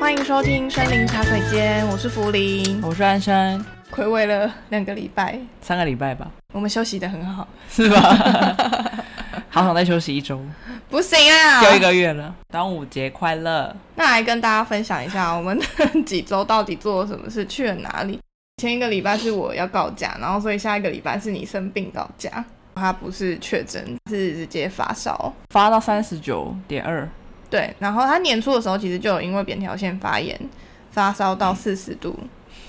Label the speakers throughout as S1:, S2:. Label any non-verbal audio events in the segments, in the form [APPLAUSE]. S1: 欢迎收听森林茶水间，我是福林。
S2: 我是安生，
S1: 暌违了两个礼拜，
S2: 三个礼拜吧， [LAUGHS]
S1: 我们休息的很好，
S2: 是吧？ [LAUGHS] 好想再休息一周，
S1: 不行啊！
S2: 又一，个月了。端午节快乐！
S1: 那来跟大家分享一下我们几周到底做了什么事，去了哪里。前一个礼拜是我要告假，然后所以下一个礼拜是你生病告假。他不是确诊，是直接发烧。
S2: 发到三十九点二，
S1: 对，然后他年初的时候其实就有因为扁桃腺发炎，发烧到四十度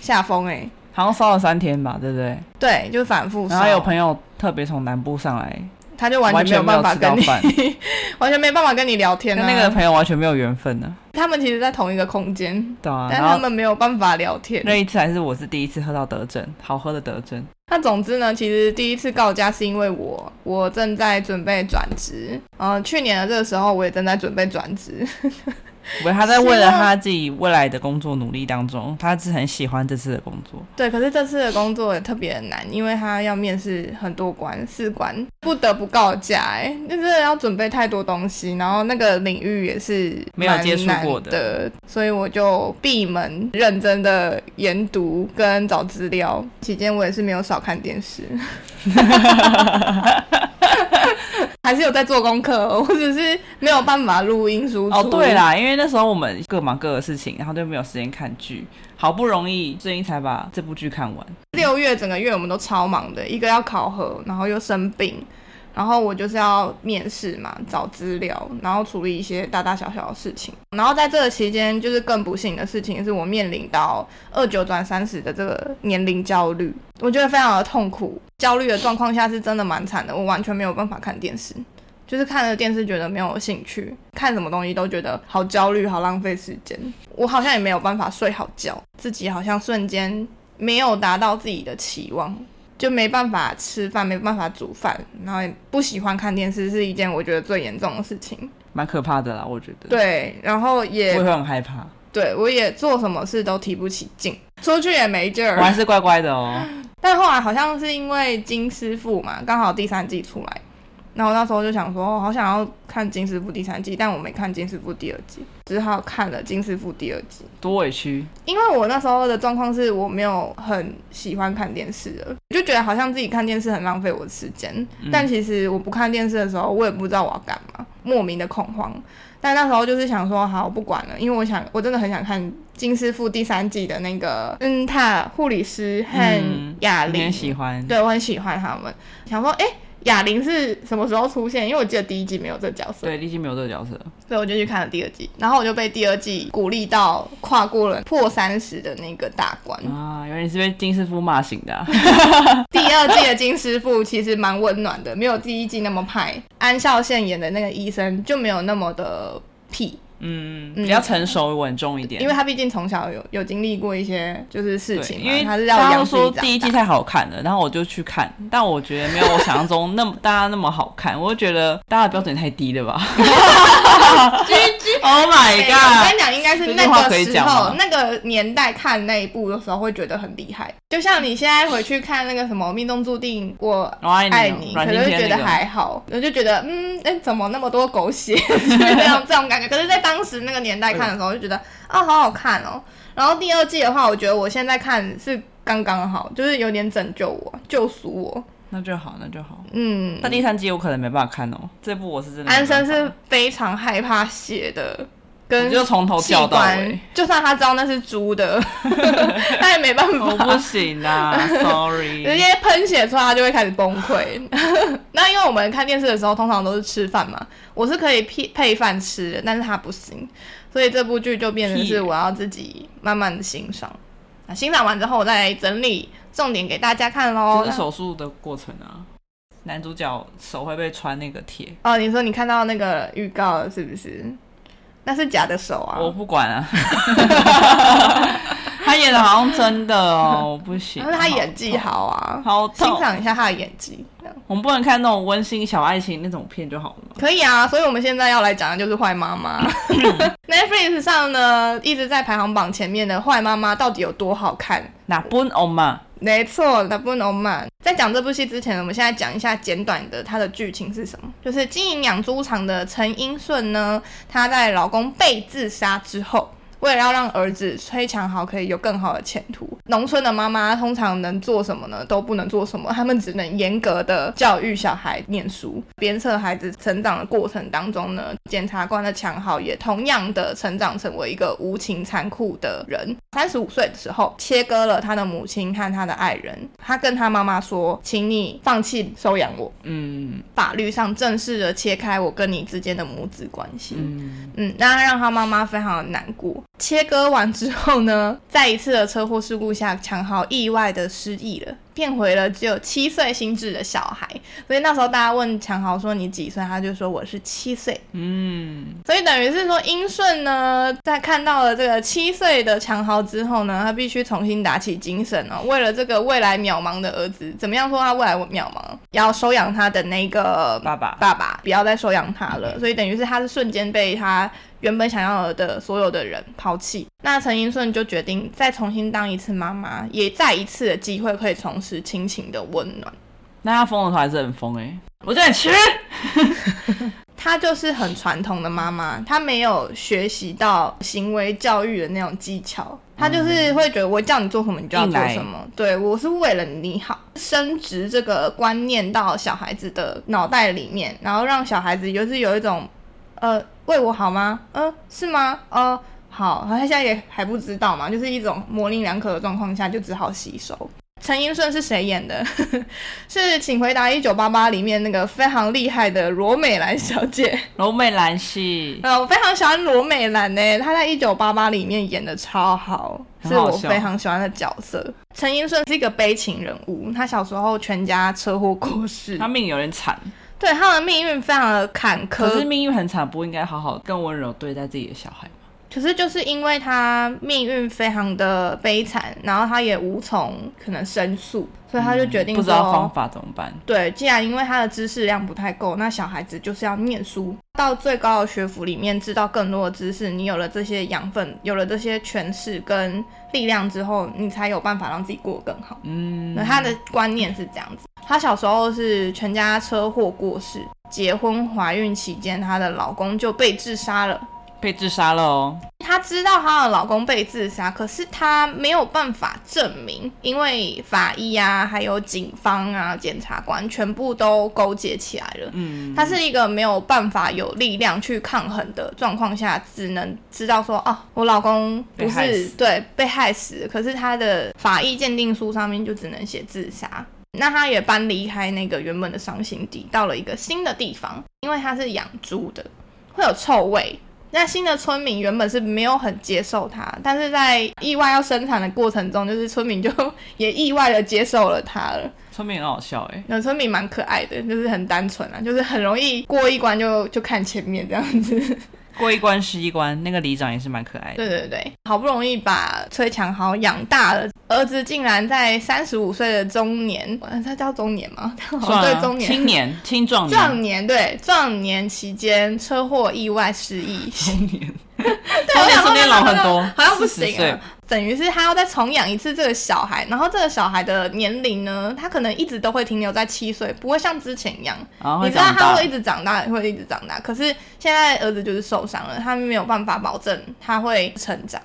S1: 下风哎、欸，
S2: 好像烧了三天吧，对不对？
S1: 对，就反复
S2: 然后
S1: 烧。
S2: 有朋友特别从南部上来，
S1: 他就完全没有办法跟你，
S2: 完全
S1: [LAUGHS] 完全没办法跟你聊天、
S2: 跟
S1: 啊。
S2: 那个朋友完全没有缘分呢、
S1: 他们其实，在同一个空间，
S2: 对啊。
S1: 但
S2: 然
S1: 他
S2: 后
S1: 们没有办法聊天。
S2: 那一次还是我是第一次喝到德政，好喝的德政，
S1: 那总之呢，其实第一次告假是因为我，我正在准备转职。呃，去年的这个时候，我也正在准备转职。
S2: 不过他在
S1: 希望
S2: 为了他自己未来的工作努力当中，他是很喜欢这次的工作。
S1: 对，可是这次的工作也特别难，因为他要面试很多关，四关不得不告假、哎，那真的要准备太多东西，然后那个领域也是
S2: 没有
S1: 蛮
S2: 接触
S1: 难
S2: 过的
S1: 的，所以我就闭门认真的研读跟找资料，期间我也是没有少看电
S2: [LAUGHS]
S1: 视， [LAUGHS] 还是有在做功课哦，我只是没有办法录音输出。
S2: 哦，对，啦，因为那时候我们各忙各的事情，然后就没有时间看剧，好不容易最近才把这部剧看完。
S1: 六月整个月我们都超忙的，一个要考核，然后又生病，然后我就是要面试嘛，找资料，然后处理一些大大小小的事情。然后在这个期间，就是更不幸的事情是我面临到二九转三十的这个年龄焦虑，我觉得非常的痛苦。焦虑的状况下是真的蛮惨的，我完全没有办法看电视。就是看了电视觉得没有兴趣，看什么东西都觉得好焦虑，好浪费时间。我好像也没有办法睡好觉，自己好像瞬间没有达到自己的期望，就没办法吃饭，没办法煮饭，然后也不喜欢看电视，是一件我觉得最严重的事情。
S2: 蛮可怕的啦，我觉得。，
S1: 对，然后也
S2: 我也会很害怕。
S1: 对我也做什么事都提不起劲，出去也没劲
S2: 我还
S1: 儿。
S2: 是乖乖的哦。
S1: 但后来好像是因为金师傅嘛，刚好第三季出来，然后那时候就想说，哦好想要看金师傅第三季，但我没看金师傅第二季，只好看了金师傅第二季。
S2: 多委屈，
S1: 因为我那时候的状况是我没有很喜欢看电视的，我就觉得好像自己看电视很浪费我的时间。
S2: 嗯
S1: 但其实我不看电视的时候，我也不知道我要干嘛，莫名的恐慌。但那时候就是想说，好，我不管了，因为我想，我真的很想看金师傅第三季的那个恩塔护理师和
S2: 嗯
S1: 哑
S2: 你
S1: 铃，
S2: 很喜欢。
S1: 对我很喜欢他们。想说，哎、哑铃是什么时候出现？因为我记得第一季没有这个角色，
S2: 对，丽晶没有这个角色，
S1: 所以我就去看了第二季，然后我就被第二季鼓励到跨过了破三十的那个大关。
S2: 啊，原来你是被金师傅骂醒
S1: [LAUGHS]
S2: 的啊、
S1: 第二季的金师傅其实蛮温暖的，没有第一季那么派。安孝燮演的那个医生就没有那么的屁，
S2: 嗯，
S1: 嗯
S2: 比较成熟稳重一点。
S1: 因为他毕竟从小有有经历过一些就是事
S2: 对，
S1: 情嘛，
S2: 因为
S1: 他是要
S2: 大家
S1: 养
S2: 都
S1: 自己
S2: 说
S1: 长大
S2: 第一季太好看了，然后我就去看，但我觉得没有我想象中那么大家那么好看，我就觉得大家的标准太低了
S1: [LAUGHS]
S2: 吧。Oh
S1: 对
S2: my
S1: 我跟
S2: god！
S1: 你讲，应该是
S2: 这句话
S1: 那
S2: 可
S1: 个
S2: 以
S1: 时
S2: 讲
S1: 候
S2: 吗、
S1: 那个年代看那一部的时候，会觉得很厉害。就像你现在回去看那个什么《命中注定我
S2: 我爱你哦
S1: 爱你》，
S2: 阮
S1: 可
S2: 经
S1: 能会
S2: 天
S1: 觉得
S2: 那个
S1: 还好，我就觉得嗯，哎，怎么那么多狗 [LAUGHS] 血，就是这种这种感觉。可是，在当时那个年代看的时候，就觉得啊，好好看哦。然后第二季的话，我觉得我现在看是刚刚好，就是有点拯救我、救赎我。
S2: 那就好，那就好。
S1: 嗯，
S2: 但第三季我可能没办法看哦，这部我是真的没
S1: 安
S2: 办法。
S1: 生是非常害怕血的，跟
S2: 你就从头
S1: 器
S2: 叫到尾
S1: 官。，就算他知道那是猪的， [LAUGHS] 他也没办
S2: [LAUGHS] 我
S1: 法，
S2: 不
S1: [LAUGHS]
S2: 行啊，sorry。
S1: 直接喷血出来，他就会开始崩溃。 [LAUGHS] 那因为我们看电视的时候，通常都是吃饭嘛，我是可以配配饭吃的，但是他不行，所以这部剧就变成是
S2: 屁
S1: 我要自己慢慢的欣赏。啊，欣赏完之后，我再整理重点给大家看喽
S2: 就。是手术的过程啊，男主角手会被穿那个铁，
S1: 哦，你说你看到那个预告了是不是？那是假的手啊！
S2: 我不管啊。 [LAUGHS] 他演的好像真的哦，我不行。
S1: [LAUGHS] 但是他演技
S2: 好
S1: 好啊，
S2: 好
S1: 欣
S2: 痛，
S1: 赏一下他的演技。这样
S2: 我们不能看那种温馨小爱情那种片就好了吗？
S1: 可以啊，所以我们现在要来讲的就是《坏妈妈》Netflix [LAUGHS] 上呢，一直在排行榜前面的《坏妈妈》到底有多好看？
S2: 那不哦嘛，
S1: 没错，那不能慢。在讲这部戏之前，我们现在讲一下简短的它的剧情是什么。就是经营养猪场的陈英顺呢，她在老公被自杀之后，为了要让儿子崔强豪可以有更好的前途，农村的妈妈通常能做什么呢？都不能做什么，他们只能严格的教育小孩念书，鞭策孩子成长的过程当中呢，检察官的强豪也同样的成长成为一个无情残酷的人。三十五岁的时候，切割了他的母亲和他的爱人，他跟他妈妈说：“请你放弃收养我。”
S2: 嗯
S1: 法律上正式的切开我跟你之间的母子关系。
S2: 嗯
S1: 嗯，那他让他妈妈非常的难过。切割完之后呢，在一次的车祸事故下，强豪意外的失忆了，变回了只有七岁心智的小孩。所以那时候大家问强豪说你几岁，他就说我是七岁。
S2: 嗯，
S1: 所以等于是说，英顺呢，在看到了这个七岁的强豪之后呢，他必须重新打起精神哦，为了这个未来渺茫的儿子，怎么样说他未来渺茫，要收养他的那个
S2: 爸爸嗯
S1: 爸爸不要再收养他了，所以等于是他是瞬间被他原本想要的所有的人抛弃。那陈英顺就决定再重新当一次妈妈，也再一次的机会可以重拾亲情的温暖。
S2: 那他疯的时候还是很疯哎、我叫你吃，
S1: 她就是很传统的妈妈，她没有学习到行为教育的那种技巧，她就是会觉得我叫你做什么你就要做什么，对我是为了你好，升值这个观念到小孩子的脑袋里面，然后让小孩子就是有一种，呃，为我好吗？嗯、是吗？呃，好，他现在也还不知道嘛，就是一种模棱两可的状况下，就只好吸收。陈英顺是谁演的？是《请回答一九八八》里面那个非常厉害的罗美兰小姐。
S2: [LAUGHS] 柔美兰系，
S1: 呃，我非常喜欢罗美兰呢、她在《一九八八》里面演的超好，
S2: 很
S1: 是
S2: 好
S1: 我
S2: 笑
S1: 非常喜欢的角色。陈英顺是一个悲情人物，他小时候全家车祸过世，
S2: 他命有点惨，
S1: 对他的命运非常的坎坷。
S2: 可是命运很惨，不应该好好更温柔对待自己的小孩吗？
S1: 可是就是因为他命运非常的悲惨，然后他也无从可能申诉，所以他就决定
S2: 嗯不知道
S1: 说
S2: 方法怎么办？
S1: 对，既然因为他的知识量不太够，那小孩子就是要念书，到最高的学府里面知道更多的知识。你有了这些养分，有了这些权势跟力量之后，你才有办法让自己过得更好。
S2: 嗯
S1: 那他的观念是这样子。他小时候是全家车祸过世，结婚怀孕期间，她的老公就被自杀了。
S2: 被自杀了哦，
S1: 她知道她的老公被自杀，可是她没有办法证明，因为法医啊，还有警方啊、检察官全部都勾结起来了。
S2: 嗯，
S1: 她是一个没有办法有力量去抗衡的状况下，只能知道说，哦，我老公不
S2: 被害
S1: 是
S2: 死
S1: 对被害死，可是他的法医鉴定书上面就只能写自杀。那她也搬离开那个原本的伤心地，到了一个新的地方，因为她是养猪的，会有臭味。那新的村民原本是没有很接受她，但是在意外要生产的过程中，就是村民就 [LAUGHS] 也意外的接受了她了。
S2: 村民很好笑哎、
S1: 那村民蛮可爱的，就是很单纯啊，就是很容易过一关就就看前面这样子。 [LAUGHS]
S2: 过一关是一关，那个里长也是蛮可爱的。
S1: 对对对，好不容易把崔强豪养大了，儿子竟然在三十五岁的中年，呃他叫中年吗？
S2: 算了
S1: 对，中年。
S2: 青年、青壮年、
S1: 壮年对壮年期间车祸意外失
S2: [LAUGHS]
S1: 忆，
S2: 中年，
S1: 对，我想说
S2: 中年老很多，
S1: [LAUGHS] 好像不
S2: 40
S1: 行
S2: 岁
S1: 啊。等于是他要再重养一次这个小孩，然后这个小孩的年龄呢，他可能一直都会停留在七岁，不会像之前一样，
S2: 然
S1: 你
S2: 后会
S1: 知道
S2: 长
S1: 他
S2: 大
S1: 会。一直长大，会一直长大。可是现在儿子就是受伤了，他没有办法保证他会成长，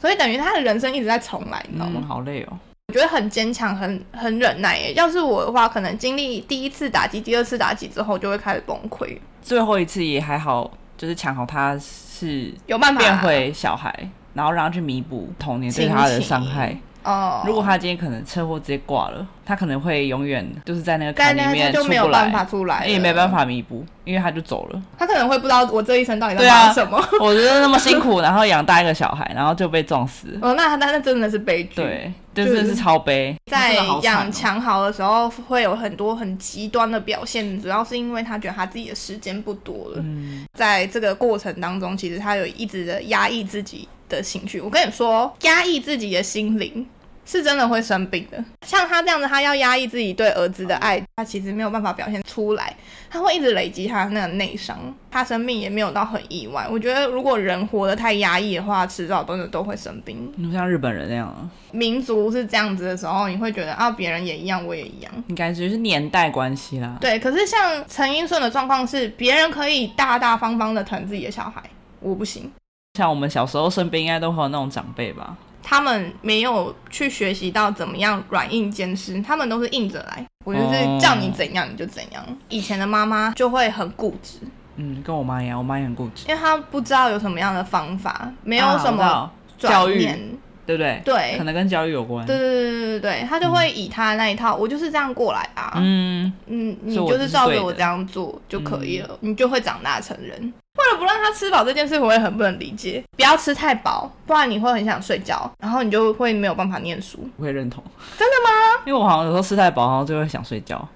S1: 所以等于他的人生一直在重来，你知道吗？
S2: 嗯，好累哦。
S1: 我觉得很坚强，很很忍耐耶。要是我的话，可能经历第一次打击、第二次打击之后，就会开始崩溃。
S2: 最后一次也还好，就是抢好他是
S1: 有办法
S2: 变回小孩，然后让他去弥补童年对他的伤害。
S1: 哦，
S2: 如果他今天可能车祸直接挂了，他可能会永远就是在那个
S1: 但
S2: 坎里
S1: 那他
S2: 面
S1: 就
S2: 出
S1: 没有
S2: 不
S1: 办法
S2: 来，
S1: 出来，
S2: 也没办，法弥补，因为他就走 [LAUGHS] 了。
S1: 他可能会不知道我这一生到底在
S2: 对啊
S1: 忙什么。 [LAUGHS]
S2: 我觉得那么辛苦，然后养大一个小孩，然后就被撞死了，
S1: 哦，那他那那真的是悲剧。
S2: [LAUGHS] 对，就
S1: 就是
S2: 真的是超悲。
S1: 在
S2: 真的好惨哦
S1: 养强豪的时候，会有很多很极端的表现，主要是因为他觉得他自己的时间不多了。
S2: 嗯，
S1: 在这个过程当中，其实他有一直的压抑自己的情绪。我跟你说，压抑自己的心灵是真的会生病的。像他这样子，他要压抑自己对儿子的爱，他其实没有办法表现出来，他会一直累积他那个内伤。他生病也没有到很意外。我觉得，如果人活得太压抑的话，迟早真的都会生病。
S2: 就像日本人那样啊，
S1: 民族是这样子的时候，你会觉得啊，别人也一样，我也一样。
S2: 应该就是年代关系啦。
S1: 对，可是像陈英顺的状况是，别人可以大大方方的疼自己的小孩，我不行。
S2: 像我们小时候身边应该都会有那种长辈吧，
S1: 他们没有去学习到怎么样软硬兼施，他们都是硬着来。我就是
S2: 哦
S1: 叫你怎样你就怎样。以前的妈妈就会很固执，
S2: 嗯，跟我妈一样，我妈也很固执，啊
S1: 因为她不知道有什么样的方法，没
S2: 没
S1: 有什么
S2: 教
S1: 转
S2: 育
S1: 念。，
S2: 对不对？
S1: 对
S2: 可能跟教育有关。
S1: 对对对对对对，她就会以她那一套，我就是这样过来啊，嗯
S2: 嗯，
S1: 你
S2: 所以我
S1: 就是
S2: 就是
S1: 照
S2: 对
S1: 着我
S2: 的嗯
S1: 这样做就可以了，你就会长大成人。为了不让她吃饱这件事，我也很不能理解，不要吃太饱，不然你会很想睡觉，然后你就会没有办法念书。
S2: 我会认同。真的吗？因为我好像有时候吃太饱，然后就会想睡觉。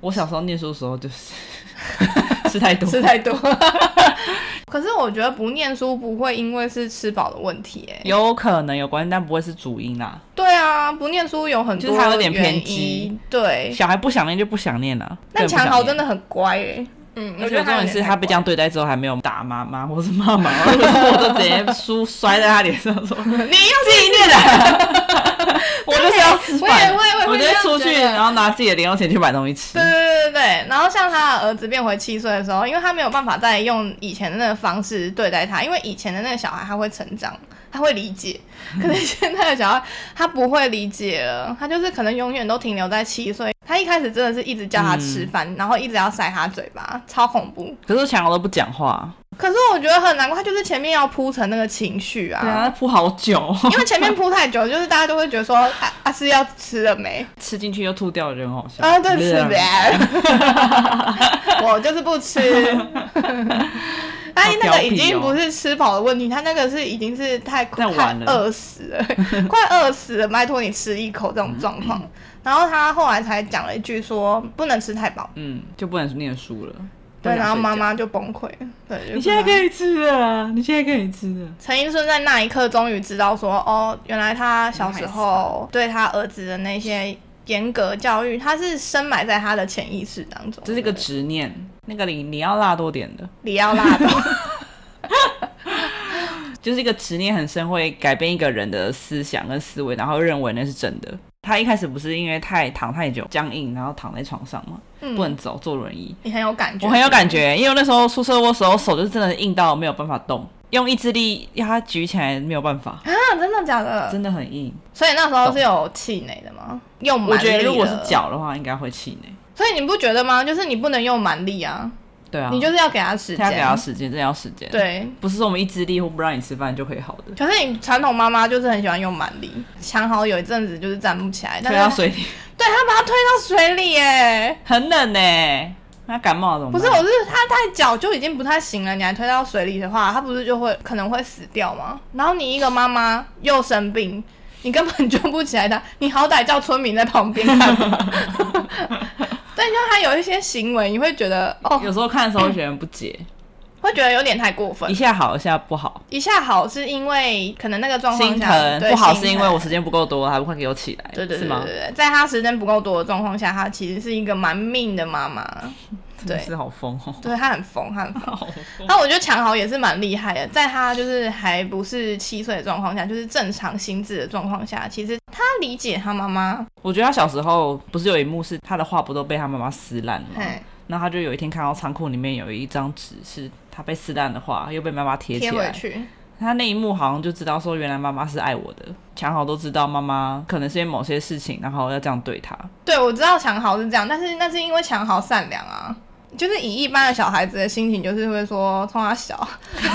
S2: 我小时候念书的时候就是 [LAUGHS] 吃太多，
S1: [LAUGHS] 吃太多。可是我觉得不念书不会因为是吃饱的问题、欸，哎，
S2: 有可能有关，但不会是主因啦。
S1: 对啊，不念书有很多，
S2: 就是他有点偏激，
S1: 对。
S2: 小孩不想念就不想念啦。
S1: 但强豪真
S2: 的
S1: 的很乖、欸，哎，嗯，
S2: 不想念，而且重点是他
S1: 他：“
S2: 被这样对待之后，还没有打妈妈 [LAUGHS] 或是骂妈妈，我就直接书摔在他脸上说 [LAUGHS]
S1: [LAUGHS] 你要自己念
S2: 我就是要吃饭。”
S1: 我也我也我也会
S2: 我就会出
S1: 这
S2: 去，
S1: 样觉得
S2: 然后拿自己的零用钱去买东西吃
S1: 对。对对对对，然后像他的儿子变回七岁的时候，因为他没有办法再用以前的那个方式对待他，因为以前的那个小孩他会成长，他会理解，
S2: 嗯
S1: 可是现在的小孩他不会理解了，他就是可能永远都停留在七岁。他一开始真的是一直叫他吃饭，
S2: 嗯
S1: 然后一直要塞他嘴巴，超恐怖。
S2: 可是强豪都不讲话，
S1: 可是我觉得很难过，他就是前面要铺成那个情绪
S2: 对啊，他铺好久， [LAUGHS]
S1: 因为前面铺太久，就是大家都会觉得说啊啊是要吃了没
S2: 吃进去又吐掉，人好笑
S1: 啊？对，吃
S2: [LAUGHS]
S1: 呗。我就是不吃。哎，那个已经不是吃饱的问题，他那个是已经是太
S2: 哦
S1: 快
S2: 在玩了
S1: 饿死
S2: [LAUGHS]
S1: 了，快饿死了，拜托你吃一口这种状
S2: 嗯
S1: 况。然后他后来才讲了一句说不能吃太饱，
S2: 嗯，就不能念书了。
S1: 对，
S2: 不能睡觉
S1: 然后妈，妈就崩溃了。对，
S2: 你现在可
S1: 以。
S2: 以吃了啊，你现在可以吃了。
S1: 陈英顺在那一刻终于知道说，哦，原来他小时候对他儿子的那些严格教育，他是深埋在他的潜意识当中。
S2: 这是一个执念，那个你你要辣多点的，
S1: 里奥纳
S2: [LAUGHS]
S1: 多，
S2: 就是一个执念很深，会改变一个人的思想跟思维，然后认为那是真的。他一开始不是因为太躺太久僵硬，然后躺在床上嘛，
S1: 嗯
S2: 不能走，坐轮椅。
S1: 你很有感觉，
S2: 我很有感觉，因为我那时候出车祸的时候，手就是真的硬到没有办法动，用意志力要他举起来没有办法，
S1: 啊，真的假的？
S2: 真的很硬。
S1: 所以那时候是有气馁的吗？用蛮
S2: 我觉得
S1: 力
S2: 如果是
S1: 了，
S2: 脚的话，应该会气馁。
S1: 所以你不觉得吗？就是你不能用蛮力啊，
S2: 对啊，
S1: 你就是要给他时
S2: 他要给他
S1: 间。
S2: 时间，真的要时间。，
S1: 对，
S2: 不是说我们意志力或不让你吃饭就可以好的，
S1: 可是你传统妈妈就是很喜欢用蛮力，强豪有一阵子就是站不起来，但
S2: 推到
S1: 是
S2: 水里 [LAUGHS]
S1: 对他把他推到水里耶。
S2: 很冷呢、那感冒了怎么
S1: 不
S2: 办？
S1: 是，我是他他脚就已经不太行了，你还推到水里的话，他不是就会可能会死掉吗？然后你一个妈妈又生病，你根本救不起来他，你好歹叫村民在旁边
S2: [LAUGHS]
S1: 看吧。但就他有一些行为，你会觉得哦，
S2: 有时候看的时候会觉得很不解，
S1: 会觉得有点太过分
S2: 一。下好一下不好，
S1: 一下好是因为可能那个状况
S2: 心
S1: 下
S2: 疼
S1: 对
S2: 不好
S1: 心
S2: 是因为
S1: 疼
S2: 我时间不够多，还不快给我起来，
S1: 对对
S2: 是
S1: 对对
S2: 吗？
S1: 对，对在他时间不够多的状况下，他其实是一个蛮命的妈妈，
S2: 真
S1: 对
S2: 的是好疯哦、
S1: 对他很疯，他很疯。
S2: 好疯。
S1: 那我觉得强豪也是蛮厉害的，在他就是还不是七岁的状况下，就是正常心智的状况下，其实他理解他妈妈，
S2: [LAUGHS] 我觉得他小时候不是有一幕是他的画不都被他妈妈撕烂了吗？
S1: 哎，
S2: 然后他就有一天看到仓库里面有一张纸是他被撕烂的画，又被妈妈贴起
S1: 贴回
S2: 来，
S1: 去，
S2: 他那一幕好像就知道说，原来妈妈是爱我的。强豪都知道妈妈可能是因为某些事情，然后要这样对他。
S1: 对，我知道强豪是这样，但是那是因为强豪善良啊。就是以一般的小孩子的心情，就是会说冲他
S2: [LAUGHS]
S1: 小， [LAUGHS]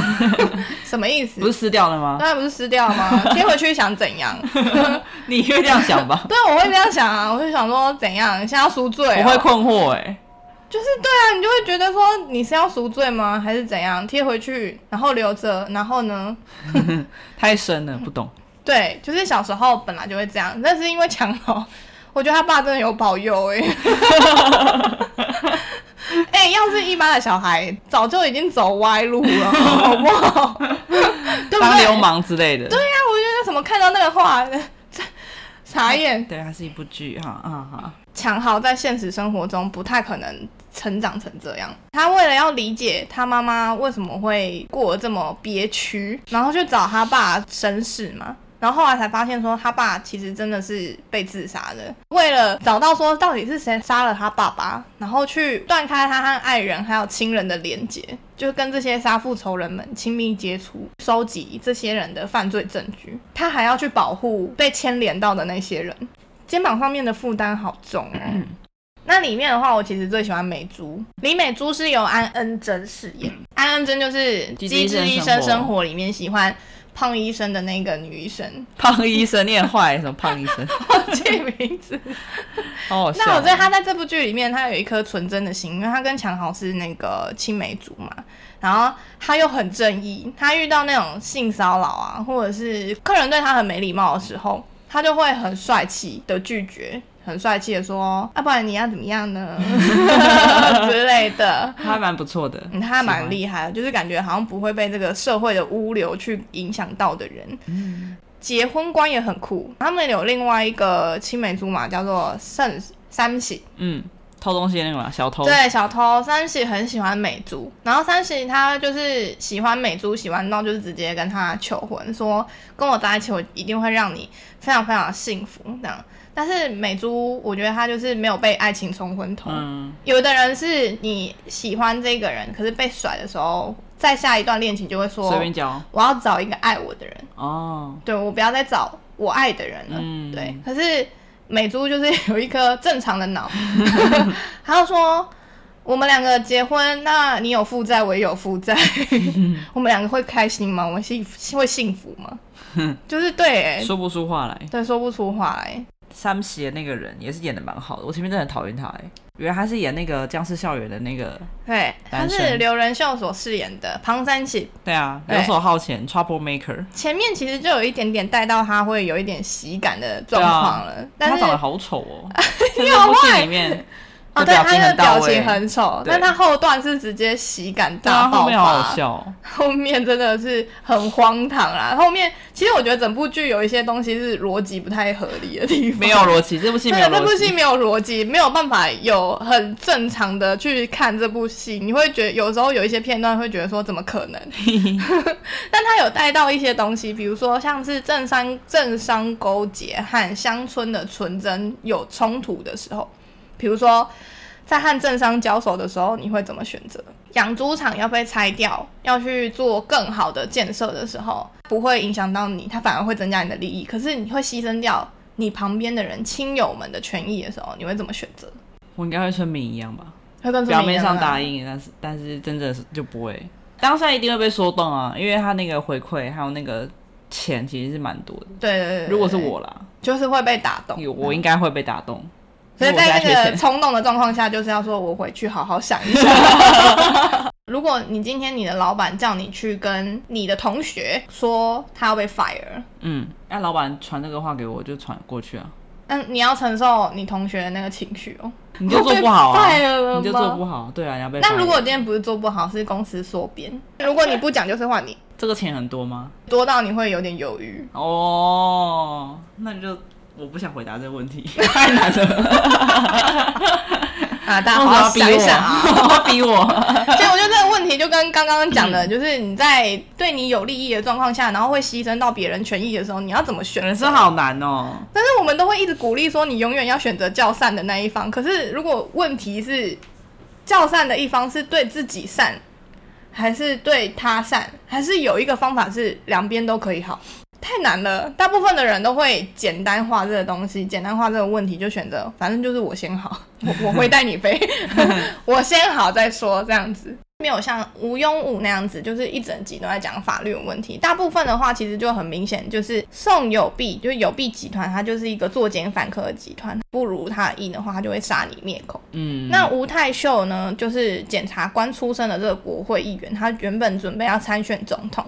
S1: 什么意思
S2: 不？是撕掉了吗？
S1: 那不是撕掉吗？贴回去想怎样？ [LAUGHS] 啊
S2: 你会这样想吧？
S1: 对，我会这样想啊，我就想说怎样，现在要赎罪、
S2: 我
S1: 哦？
S2: 会困惑哎、
S1: 就是对啊，你就会觉得说你是要赎罪吗，还是怎样？贴回去，然后留着，然后呢？
S2: 太深了，不懂。
S1: 对，就是小时候本来就会这样，但是因为强豪，我觉得他爸真的有保佑
S2: [LAUGHS]
S1: 哎、欸。哎、要是一般的小孩，早就已经走歪路了，好不
S2: [LAUGHS]
S1: 好？对不
S2: 当
S1: 对？
S2: 流氓之类的。对
S1: 对呀、我觉得怎么看到那个话， [LAUGHS] 傻眼。
S2: 对，它是一部剧哈啊哈。
S1: 强豪在现实生活中不太可能成长成这样。他为了要理解他妈妈为什么会过得这么憋屈，然后去找他爸绅士嘛。然后后来才发现说他爸其实真的是被自杀的。为了找到说到底是谁杀了他爸爸，然后去断开他和爱人还有亲人的连结，就是跟这些杀父仇人们亲密接触，收集这些人的犯罪证据。他还要去保护被牵连到的那些人，肩膀上面的负担好重哦。
S2: 嗯
S1: 那里面的话，我其实最喜欢美珠。李美珠是由安恩真饰演，安恩真就是《
S2: 机
S1: 机
S2: 智
S1: 智
S2: 医
S1: 医
S2: 嗯生
S1: 生
S2: 活
S1: 生活》里面喜欢胖医生的那个女医生， [LAUGHS]
S2: 胖医生，你很坏，什么胖医生，
S1: 忘记名字。
S2: 好好笑哦。
S1: 那我觉得她在这部剧里面，她有一颗纯真的心，因为她跟强豪是那个青梅竹马，然后她又很正义。她遇到那种性骚扰啊，或者是客人对她很没礼貌的时候，她就会很帅气的拒绝。很帅气的说，啊要、不然你要怎么样呢？ [LAUGHS] 之类的，
S2: 他还蛮不错的，
S1: 嗯，他还蛮厉害的，就是感觉好像不会被这个社会的污流去影响到的人。结婚观也很酷，他们有另外一个青梅竹马叫做盛三喜，
S2: 嗯，偷东西的那个嘛，小偷，
S1: 对，小偷三喜很喜欢美珠，然后三喜他就是喜欢美珠，喜欢到就是直接跟她求婚，说跟我在一起，我一定会让你非常非常幸福这样。但是美珠，我觉得她就是没有被爱情冲昏头，
S2: 嗯，
S1: 有的人是你喜欢这个人，可是被甩的时候，在下一段恋情就会说
S2: 随，便教
S1: 我要找一个爱我的人，
S2: 哦，
S1: 对我不要再找我爱的人了。
S2: 嗯
S1: 对，可是美珠就是有一颗正常的
S2: [LAUGHS]
S1: 脑，他就说我们两个结婚，那你有负债，我也有负
S2: [LAUGHS]
S1: 债，我们两个会开心吗？我们幸福会幸福吗？
S2: [LAUGHS]
S1: 就是对、欸，
S2: 说不出话来。
S1: 对，说不出话来、
S2: 三喜的那个人也是演的蛮好的，我前面真的很讨厌他哎、原来他是演那个僵尸校园的那个，
S1: 对，他
S2: 单
S1: 是
S2: 身
S1: 刘仁秀所饰演的庞三喜
S2: 对啊，
S1: 对
S2: 游手好闲，Trouble Maker，
S1: 前面其实就有一点点带到他会有一点喜感的状况了，但
S2: 啊他
S1: 是
S2: 长得好丑
S1: [LAUGHS]
S2: 哦，在这部戏里面，
S1: 哦，
S2: 这
S1: 对，
S2: 表情
S1: 他的
S2: 很到
S1: 表
S2: 位
S1: 情，很丑，
S2: 对
S1: 但他后段是直接喜感
S2: 对
S1: 大
S2: 啊，
S1: 爆
S2: 后
S1: 发，
S2: 面好好笑、哦，
S1: [LAUGHS] 后面真的是很荒唐啦。后面其实我觉得整部剧有一些东西是逻辑不太合理的地方，
S2: 没有逻辑，这部戏没
S1: 对，
S2: 有
S1: 这部
S2: 逻
S1: 戏
S2: 辑，
S1: 没有逻辑，没有办法有很正常的去看这部戏，你会觉得有时候有一些片段会觉得说怎么可
S2: [LAUGHS]
S1: 能？ [LAUGHS] 但他有带到一些东西，比如说像是政商政商勾结和乡村的纯真有冲突的时候，比如说在和政商交手的时候，你会怎么选择？养猪场要被拆掉，要去做更好的建设的时候，不会影响到你，它反而会增加你的利益。可是你会牺牲掉你旁边的人、亲友们的权益的时候，你会怎么选择？
S2: 我应该会村民一样吧，
S1: 会跟村
S2: 表
S1: 民一
S2: 面
S1: 样啊
S2: 上
S1: 吗
S2: 答应，但是但是真的是就不会，当下一定会被说动啊，因为他那个回馈还有那个钱其实是蛮多的，
S1: 对对对对，
S2: 如果是
S1: 对，
S2: 我啦，
S1: 就是会被打动。
S2: 有我应该会被打动，
S1: 所以
S2: 因为我
S1: 在
S2: 缺
S1: 那个
S2: 钱
S1: 冲动的状况下，就是要说我回去好好想一下。 [LAUGHS] 如果你今天你的老板叫你去跟你的同学说他要被 fire，
S2: 嗯，那、老板传这个话给我，我就传过去啊，
S1: 那你要承受你同学的那个情绪哦。
S2: 你就做不好啊，
S1: 被 fire 了吗
S2: 你就做不好，对啊，你要被 fire。
S1: 那如果今天不是做不好，是公司缩编，如果你不讲，就是换你
S2: 这个钱很多吗？
S1: 多到你会有点犹豫。
S2: 哦，那你就我不想回答这个问
S1: [LAUGHS]
S2: 题，太难了，
S1: 啊，大家好
S2: 为什么要
S1: 好
S2: 逼
S1: 想一想啊。
S2: 我，要逼我，
S1: 所以我觉得这个问题就跟刚刚讲的，就是你在对你有利益的状况下，然后会牺牲到别人权益的时候，你要怎么选择？
S2: 人生好难哦。
S1: 但是我们都会一直鼓励说，你永远要选择较善的那一方。可是如果问题是较善的一方是对自己善，还是对他善，还是有一个方法是两边都可以好，太难了。大部分的人都会简单化这个东西，简单化这个问题，就选择反正就是我先好，我我会带你飞， [LAUGHS] 我先好再说，这样子。没有像吴庸武那样子，就是一整集都在讲法律的问题。大部分的话，其实就很明显，就是宋有弼，就是有弼集团，它就是一个作奸犯科的集团。不如他的意的话，他就会杀你灭口。
S2: 嗯，
S1: 那吴太秀呢，就是检察官出身的这个国会议员，他原本准备要参选总统，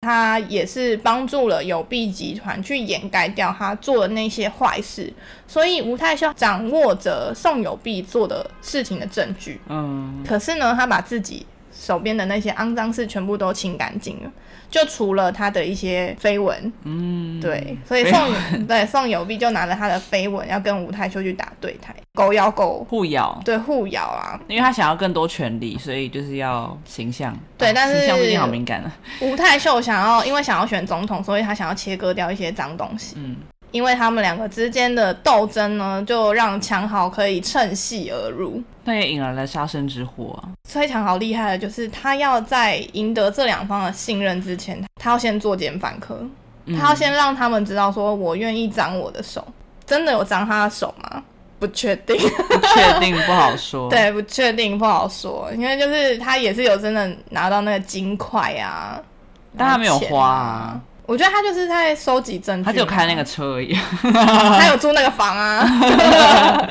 S1: 他也是帮助了有币集团去掩盖掉他做的那些坏事，所以吴太秀掌握着宋有币做的事情的证据。
S2: 嗯，
S1: 可是呢，他把自己手边的那些肮脏事全部都清干净了，就除了他的一些绯闻。嗯，对，所以宋有 [LAUGHS] 对宋有碧就拿着他的绯闻要跟吴太秀去打对台，狗咬狗，
S2: 互咬，
S1: 对互咬啊。
S2: 因为他想要更多权利，所以就是要形象。
S1: 对
S2: 啊
S1: 但是
S2: 形象毕竟好敏感啊。
S1: 吴太秀想要因为想要选总统，所以他想要切割掉一些脏东西。
S2: 嗯，
S1: 因为他们两个之间的斗争呢，就让强豪可以趁隙而入。
S2: 那也引来了杀身之祸啊。
S1: 崔强豪厉害的就是他要在赢得这两方的信任之前，他要先作茧反壳，
S2: 嗯
S1: 他要先让他们知道说我愿意脏我的手，真的有脏他的手吗？不确定，
S2: 不确定，不好说。，
S1: [LAUGHS] 对，不确定，不好说，因为就是他也是有真的拿到那个金块啊，
S2: 但他没有
S1: 然后钱
S2: 花啊，
S1: 我觉得他就是在收集证据，啊
S2: 他只有开那个车而已。 [LAUGHS]
S1: 他有住那个房啊。 [LAUGHS]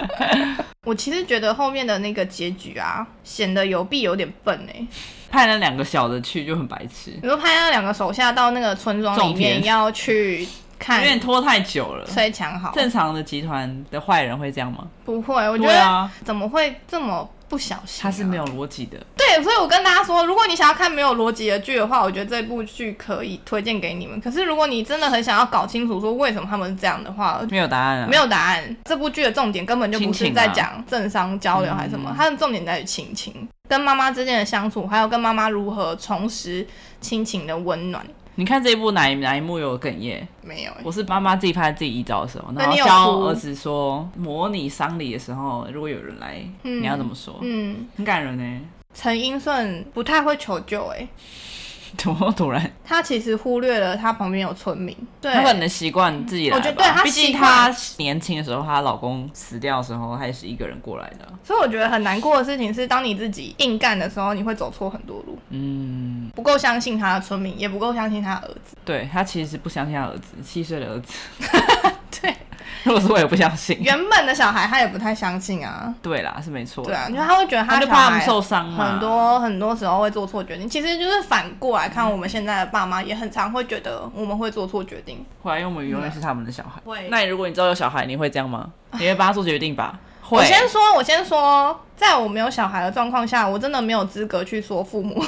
S1: 我其实觉得后面的那个结局啊，显得有碧有点笨哎、
S2: 派那两个小的去就很白痴，
S1: 你说派那两个手下到那个村庄里
S2: 种田
S1: 面要去
S2: 因
S1: 看
S2: 为拖太久了。
S1: 崔强好，
S2: 正常的集团的坏人会这样吗？
S1: 不会，我觉
S2: 对
S1: 得
S2: 啊，
S1: 怎么会这么不小心啊、
S2: 他是没有逻辑的。
S1: 对，所以我跟大家说，如果你想要看没有逻辑的剧的话，我觉得这部剧可以推荐给你们。可是如果你真的很想要搞清楚说为什么他们是这样的话，
S2: 没有答案啊，
S1: 没有答案。这部剧的重点根本就不
S2: 亲
S1: 是
S2: 情啊嗯
S1: 在讲政商交流还是什么，它的重点在于亲情，跟妈妈之间的相处，还有跟妈妈如何重拾亲情的温暖。
S2: 你看这一部哪一哪一幕有哽咽？
S1: 没有欸、
S2: 我是妈妈自己拍自己遗照的时候，
S1: 那
S2: 然后
S1: 你有
S2: 教
S1: 哭
S2: 儿子说，模拟丧礼的时候，如果有人来，
S1: 嗯
S2: 你要怎么说？
S1: 嗯，
S2: 很感人欸呢。
S1: 陈英顺不太会求救、欸，
S2: [LAUGHS] 怎么突然？
S1: 他其实忽略了他旁边有村民，对，
S2: 她可能习惯自己来吧。
S1: 我觉得对她
S2: 毕竟
S1: 习惯
S2: 她年轻的时候，她老公死掉的时候，她也是一个人过来的。
S1: 所以我觉得很难过的事情是，当你自己硬干的时候，你会走错很多路，
S2: 嗯，
S1: 不够相信他的村民，也不够相信他的儿
S2: [LAUGHS]
S1: 子，
S2: 对她其实不相信她儿子，七岁的儿子。
S1: [LAUGHS] 对，
S2: [LAUGHS] 如果是我也不相信。
S1: 原本的小孩他也不太相信啊，
S2: 对啦，是没错。
S1: 对啊，因为他会觉得
S2: 她
S1: 的
S2: 就
S1: 小
S2: 怕他
S1: 孩
S2: 们受伤啊嘛。
S1: 很多很多时候会做错决定，其实就是反过来看，我们现在的爸妈也很常会觉得我们会做错决定。
S2: 会啊，因为我们永远是他们的小孩。
S1: 会
S2: 那你如果你知道有小孩，你会这样 [LAUGHS] 吗？你会帮他做决定吧？会
S1: 我。先说，我先说，在我没有小孩的状况下，我真的没有资格去说父母。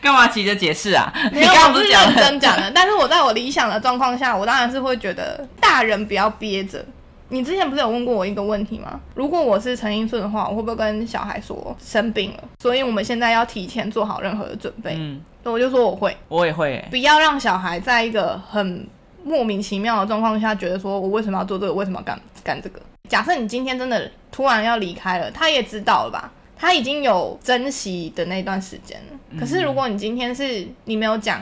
S2: 干嘛急着解释 [LAUGHS] 啊？你
S1: 没有
S2: 刚刚
S1: 我
S2: 不
S1: 是
S2: 讲
S1: 认
S2: 了？
S1: 真讲的，但是我在我理想的状况下，我当然是会觉得大人不要憋着。你之前不是有问过我一个问题吗？如果我是陈英顺的话，我会不会跟小孩说生病了？所以我们现在要提前做好任何的准备。
S2: 嗯，
S1: 所以我就说我会。
S2: 我也会、欸。
S1: 不要让小孩在一个很莫名其妙的状况下觉得说我为什么要做这个，为什么要干干这个。假设你今天真的突然要离开了，他也知道了吧？他已经有珍惜的那段时间了。可是如果你今天是你没有讲。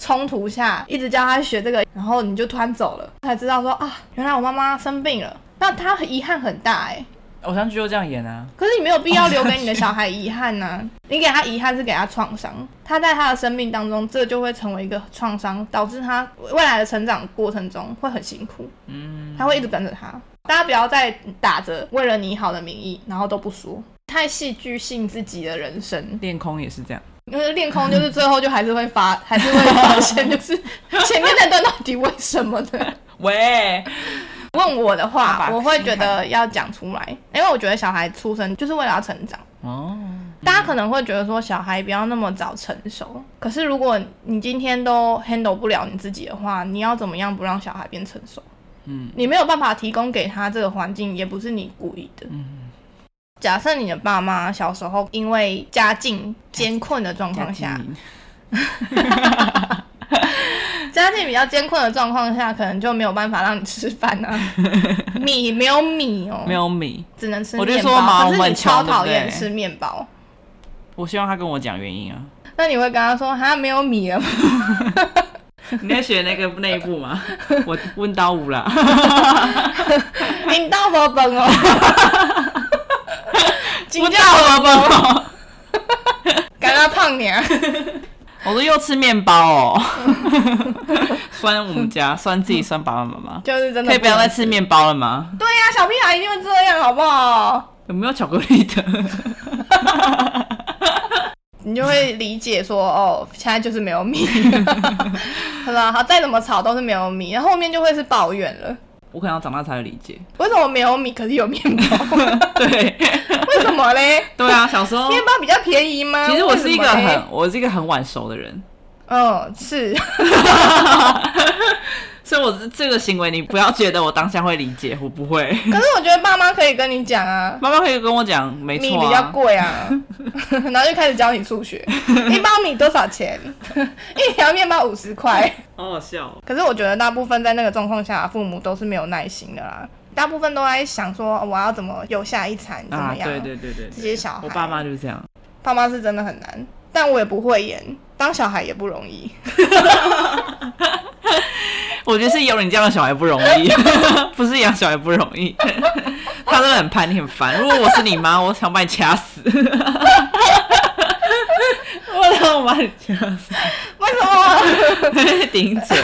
S1: 冲突下一直教他学这个，然后你就突然走了，才知道说啊，原来我妈妈生病了，那他遗憾很大哎、
S2: 偶像剧就这样演啊。
S1: 可是你没有必要留给你的小孩遗憾呐、 [LAUGHS] 你给他遗憾是给他创伤，他在他的生命当中，这就会成为一个创伤，导致他未来的成长过程中会很辛苦。嗯，他会一直跟着他。大家不要再打着为了你好的名义，然后都不说，太戏剧性自己的人生。
S2: 恋空也是这样。
S1: 因为练空就是最后就还是会发， [LAUGHS] 还是会发现， [LAUGHS] 就是前面那段到底为什么呢？
S2: 喂，
S1: [LAUGHS] 问我的
S2: 爸
S1: 话，
S2: 爸
S1: 我会觉得要讲出来，因为我觉得小孩出生就是为了要成长。
S2: 哦，
S1: 大家可能会觉得说小孩不要那么早成熟，可是如果你今天都 handle 不了你自己的话，你要怎么样不让小孩变成熟？
S2: 嗯，
S1: 你没有办法提供给他这个环境，也不是你故意的。
S2: 嗯，
S1: 假设你的爸妈小时候因为家境艰困的状况
S2: 家
S1: 下，
S2: 庭
S1: 家境比较艰困的状况下，可能就没有办法让你吃饭啊，
S2: [LAUGHS]
S1: 米没有米哦，
S2: 没有米，
S1: 只能吃
S2: 我就
S1: 面
S2: 说嘛
S1: 包。可
S2: 我
S1: 是
S2: 们
S1: 你
S2: 很
S1: 超
S2: 穷对不
S1: 讨厌
S2: 对
S1: 吃面包，
S2: 我希望他跟我讲原因啊。
S1: 那你会跟他说哈没有米了吗？
S2: [LAUGHS] 你在学那个那一部吗？ [LAUGHS] 我问到五 [LAUGHS] 啦，
S1: 领到我本哦，
S2: [LAUGHS]
S1: 金
S2: 问
S1: 价
S2: 到
S1: 哦我哦
S2: 我本，
S1: 感到胖点，
S2: 哦我说又吃面包哦， [LAUGHS] 酸我们家，酸自己，酸爸爸妈妈，
S1: 就是真的
S2: 可以不要再
S1: 能
S2: 吃。面包了吗？
S1: 对呀、小屁孩一定会这样，好不好？
S2: 有没有巧克力的？ [LAUGHS]
S1: 你就会理解说，哦，现在就是没
S2: [LAUGHS]
S1: 有米，好吧？好，再怎么吵都是没有米，然后后面就会是抱怨了。
S2: 我可能要长大才会理解。 [LAUGHS]
S1: 为什么没有米，可是有面包？
S2: 对
S1: 为什么嘞？
S2: 对啊，小时候
S1: 面包比较便宜吗？
S2: 其实我是一个
S1: 为什么嘞
S2: 很我是一个很晚熟的人，
S1: 嗯
S2: [LAUGHS]
S1: 是，
S2: 所以我是这个行为你不要觉得我当下会理解，我不会。 [LAUGHS]
S1: 可是我觉得爸妈可以跟你讲啊。
S2: 妈妈可以跟我讲，没
S1: 米
S2: 错、啊，
S1: 比较贵
S2: [LAUGHS]
S1: 啊，然后就开始教你数学，一包米多少钱？ [LAUGHS] 一条面包五十块。
S2: 好好笑、哦。
S1: 可是我觉得大部分在那个状况下，父母都是没有耐心的啦，大部分都在想说哦我要怎么有下一餐，怎
S2: 啊，
S1: 么样？
S2: 对对对对
S1: 这
S2: 对，
S1: 些小孩，
S2: 我爸妈就是这样。
S1: 爸妈是真的很难，但我也不会演，当小孩也不容
S2: [LAUGHS]
S1: 易。
S2: 我觉得是有你这样的小孩不容易， [LAUGHS] 不是养小孩不容易。 [LAUGHS] 他真的很叛逆，很烦。如果我是你妈，我想把你
S1: [LAUGHS]
S2: 掐死。我想把你掐死， [LAUGHS]
S1: 为什么
S2: 顶嘴。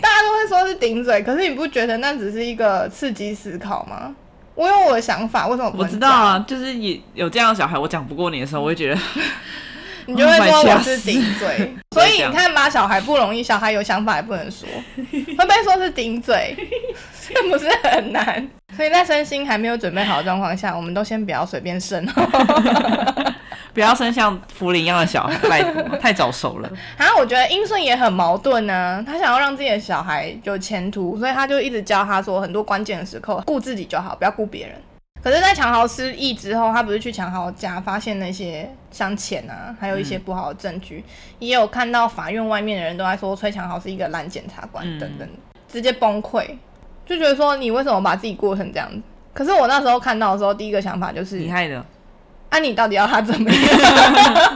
S1: 大家都会说是顶嘴？可是你不觉得那只是一个刺激思考吗？我有我的想法，为什么不
S2: 我
S1: 能
S2: 知道
S1: 讲
S2: 啊，就是也有这样的小孩，我讲不过你的时
S1: 嗯
S2: 候，我会觉得 [LAUGHS]
S1: 你就会
S2: Oh
S1: 说
S2: my
S1: 我是顶嘴。所以你看吧，小孩不容易，小孩有想法也不能说，会被说是顶嘴， [LAUGHS] 是不是很难？所以在身心还没有准备好的状况下，我们都先不要随便生哦。
S2: 不要生像福林一样的小孩，拜托，
S1: [LAUGHS]
S2: 太早熟了。
S1: 然后我觉得英顺也很矛盾呢、他想要让自己的小孩有前途，所以他就一直教他说，很多关键的时刻顾自己就好，不要顾别人。可是，在强豪失忆之后，他不是去强豪家发现那些像钱啊，还有一
S2: 嗯
S1: 些不好的证据，也有看到法院外面的人都在说崔强豪是一个烂检察官
S2: 嗯
S1: 等等，直接崩溃，就觉得说你为什么把自己过成这样子？可是我那时候看到的时候，第一个想法就是
S2: 你害的，
S1: 啊，你到底要他怎
S2: [LAUGHS]
S1: 么样？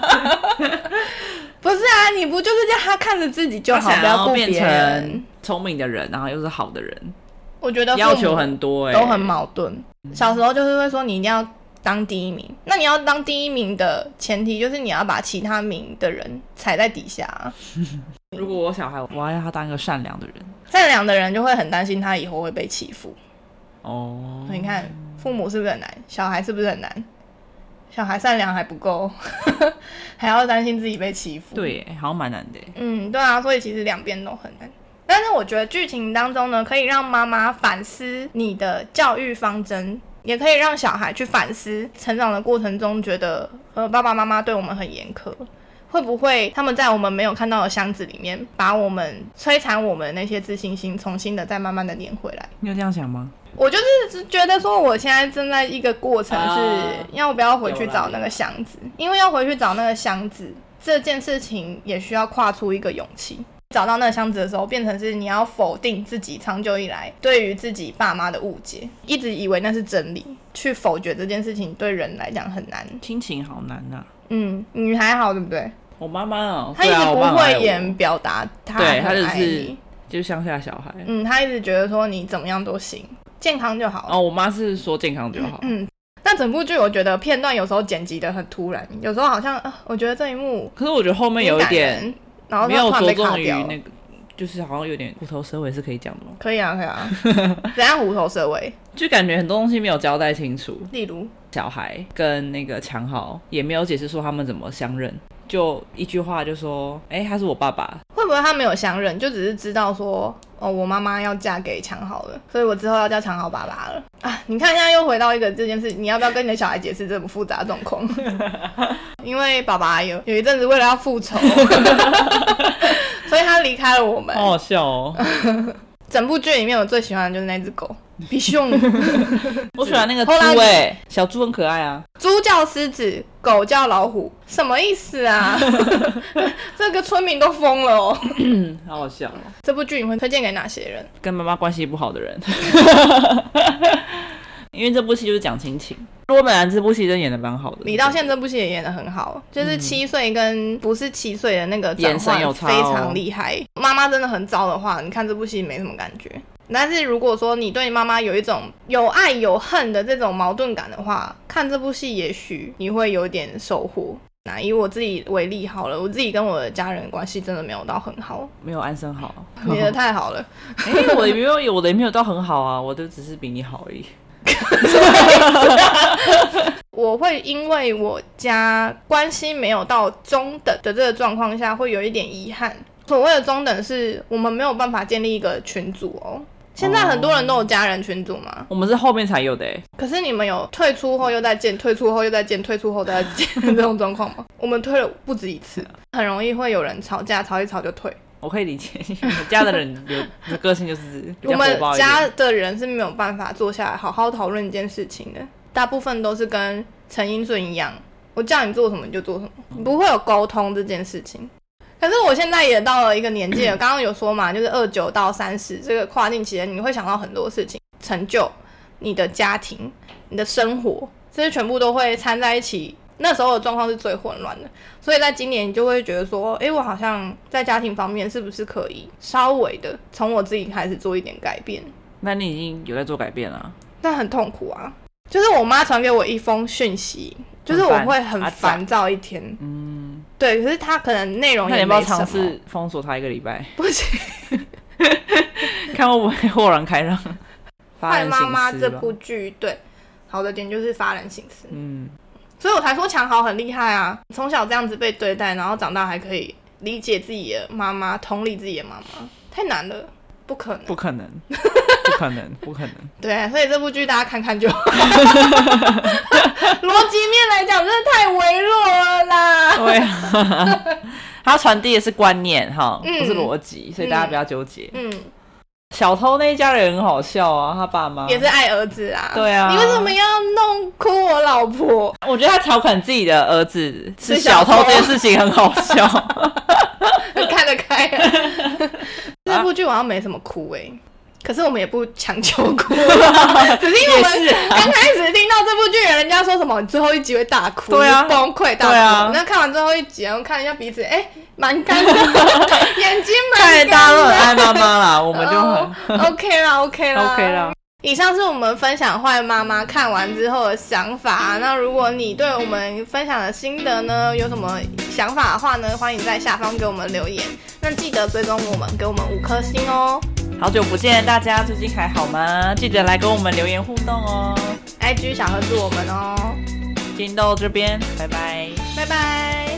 S1: 不是啊，你不就是叫他看着自己就
S2: 他
S1: 好，
S2: 想
S1: 不要顾
S2: 变
S1: 别人
S2: 成。聪明的人，然后又是好的人，
S1: 我觉得父母
S2: 要求很多、欸，
S1: 都很矛盾。小时候就是会说你一定要当第一名，那你要当第一名的前提就是你要把其他名的人踩在底下啊。
S2: 如果我小孩，我要让他当一个善良的人。
S1: 善良的人就会很担心他以后会被欺负。
S2: 哦，
S1: 所以你看，父母是不是很难？小孩是不是很难？小孩善良还不够， [LAUGHS] 还要担心自己被欺负。
S2: 对耶，好像蛮难的耶。
S1: 嗯，对啊，所以其实两边都很难。但是我觉得剧情当中呢，可以让妈妈反思你的教育方针，也可以让小孩去反思成长的过程中，觉得呃爸爸妈妈对我们很严苛，会不会他们在我们没有看到的箱子里面，把我们摧残我们的那些自信心，重新的再慢慢的粘回来？
S2: 你有这样想吗？
S1: 我就是觉得说，我现在正在一个过程
S2: 啊
S1: 是要不要回去找那个箱子，因为要回去找那个箱子这件事情也需要跨出一个勇气。找到那个箱子的时候，变成是你要否定自己长久以来对于自己爸妈的误解，一直以为那是真理，去否决这件事情对人来讲很难。
S2: 亲情好难呐、
S1: 嗯，你还好对不对？
S2: 我妈妈哦，
S1: 他一
S2: 对
S1: 直
S2: 啊
S1: 不
S2: 我爸妈爱
S1: 会
S2: 我
S1: 演表达，他
S2: 对
S1: 很
S2: 他就
S1: 爱
S2: 是
S1: 你。
S2: 就是乡下小孩。
S1: 嗯，他一直觉得说你怎么样都行，健康就好。
S2: 哦，我妈是说健康就好。
S1: 嗯，但整部剧我觉得片段有时候剪辑的很突然，有时候好像啊，我觉得这一幕
S2: 可是我觉得后面有
S1: 很
S2: 一
S1: 感
S2: 点
S1: 人，然后
S2: 没
S1: 就
S2: 有
S1: 突然
S2: 着
S1: 被卡
S2: 重于
S1: 掉了。
S2: 那个，就是好像有点虎头蛇尾是可以讲的吗？
S1: 可以啊，可以啊，
S2: [LAUGHS]
S1: 怎样虎头蛇尾？
S2: 就感觉很多东西没有交代清楚。
S1: 例如，
S2: 小孩跟那个强豪也没有解释说他们怎么相认，就一句话就说：“哎、他是我爸爸。
S1: 会不会他没有相认，就只是知道说，哦，我妈妈要嫁给强豪了，所以我之后要叫强豪爸爸了啊？你看，现在又回到一个这件事，你要不要跟你的小孩解释这么复杂的状
S2: [LAUGHS]
S1: 况？因为爸爸有有一阵子为了要复仇， [LAUGHS] 所以他离开了我”们。
S2: 好好笑哦！
S1: 整部剧里面我最喜欢的就是那只狗，比熊。
S2: [LAUGHS]
S1: [LAUGHS]
S2: 我喜欢那个猪
S1: 后来
S2: 哎、小猪很可爱啊。
S1: 猪叫狮子，狗叫老虎，什么意思啊？ [LAUGHS] 这个村民都疯了哦！
S2: 嗯，好好笑哦。
S1: 这部剧你会推荐给哪些人？
S2: 跟妈妈关系不好的人， [LAUGHS] 因为这部戏就是讲亲情。罗本兰这部戏真的演的蛮好的，
S1: 李道宪这部戏也演得很好，就是七岁跟不是七岁的那个转
S2: 嗯眼神有
S1: 换
S2: 差
S1: 非
S2: 哦
S1: 常厉害。妈妈真的很糟的话，你看这部戏没什么感觉。但是如果说你对妈妈有一种有爱有恨的这种矛盾感的话，看这部戏也许你会有点收获。那以我自己为例好了，我自己跟我的家人关系真的没有到很
S2: [LAUGHS]
S1: 好，
S2: 没有安生好。
S1: 你的太好了。
S2: 哎、我也没有，我的也没有到很好啊，我的只是比你好而已。
S1: 我会因为我家关系没有到中等的这个状况下，会有一点遗憾。所谓的中等是我们没有办法建立一个群组哦。现在很多人都有家人群组嘛，
S2: 我们是后面才有的、欸，
S1: 可是你们有退出后又再见，退出后又再见，退出后再见这种状况吗？我们退了不止一次，很容易会有人吵架，吵一吵就退。
S2: 我可以理解，因为我家的人有 [LAUGHS] 个性就是比
S1: 我
S2: 较火
S1: 们
S2: 爆一
S1: 家
S2: 点。
S1: 的人是没有办法坐下来好好讨论一件事情的，大部分都是跟陈英顺一样，我叫你做什么你就做什么，不会有沟通这件事情。可是我现在也到了一个年纪了，刚刚有说嘛，就是二九到三十这个跨境期间，你会想到很多事情，成就、你的家庭、你的生活，这些全部都会掺在一起。那时候的状况是最混乱的，所以在今年你就会觉得说，诶，我好像在家庭方面是不是可以稍微的从我自己开始做一点改变？
S2: 那你已经有在做改变了，
S1: 但很痛苦啊。就是我妈传给我一封讯息，就是我会很
S2: 很烦
S1: 烦躁一天。嗯，对，可是她可能内容
S2: 那你
S1: 也
S2: 要不要
S1: 没什
S2: 尝
S1: 么，
S2: 试封锁他一个礼拜，
S1: 不行。
S2: [LAUGHS] 看会不会豁然开朗？发
S1: 坏
S2: 人
S1: 妈
S2: 深
S1: 妈
S2: 思
S1: 这
S2: 吧
S1: 部剧，对，好的点就是发人深思，
S2: 嗯，
S1: 所以我才说强豪很厉害啊。从小这样子被对待，然后长大还可以理解自己的妈妈，同理自己的妈妈，太难了，不可能。
S2: 不可能，不可能， [LAUGHS] 不可能。
S1: 对，所以这部剧大家看看就
S2: [LAUGHS]
S1: 好。逻辑面来讲，真的太微弱了啦。
S2: 对啊， [LAUGHS] 他传递的是观念哈，
S1: 嗯
S2: 不是逻辑，所以大家不要纠结。
S1: 嗯，
S2: 小偷那一家人很好笑啊，他爸妈
S1: 也是，爱儿子啊。
S2: 对啊
S1: 你为什么要弄哭我老
S2: [LAUGHS]
S1: 婆？
S2: 我觉得他调侃自己的儿子是
S1: 是小
S2: 小偷
S1: 偷
S2: 这件事情很好笑。
S1: 看得开、
S2: [LAUGHS]
S1: 啊。这部剧好像没什么哭诶、可是我们也不强求哭， [LAUGHS] 只是因为我
S2: 也是
S1: 们
S2: 啊
S1: 刚开始听到这部剧，人家说什么你最后一集会大哭，
S2: 对啊
S1: 你崩溃大哭。
S2: 对啊
S1: 那看完最后一集，然后看一下鼻子，哎、蛮干
S2: [LAUGHS]
S1: 的，眼睛
S2: 看来
S1: 蛮
S2: 大家
S1: 干
S2: 都很
S1: 的。
S2: 爱妈妈啦，我们就
S1: 哦啊
S2: 很
S1: OK 啦，OK 啦
S2: OK 啦。
S1: 以上是我们分享《坏妈妈》看完之后的想法。那如果你对我们分享的心得呢，有什么想法的话呢，欢迎在下方给我们留言。那记得追踪我们，给我们五颗星哦。
S2: 好久不见，大家最近还好吗？记得来跟我们留言互动哦。
S1: IG 小盒子我们哦，
S2: 今天到这边，拜拜。
S1: 拜拜。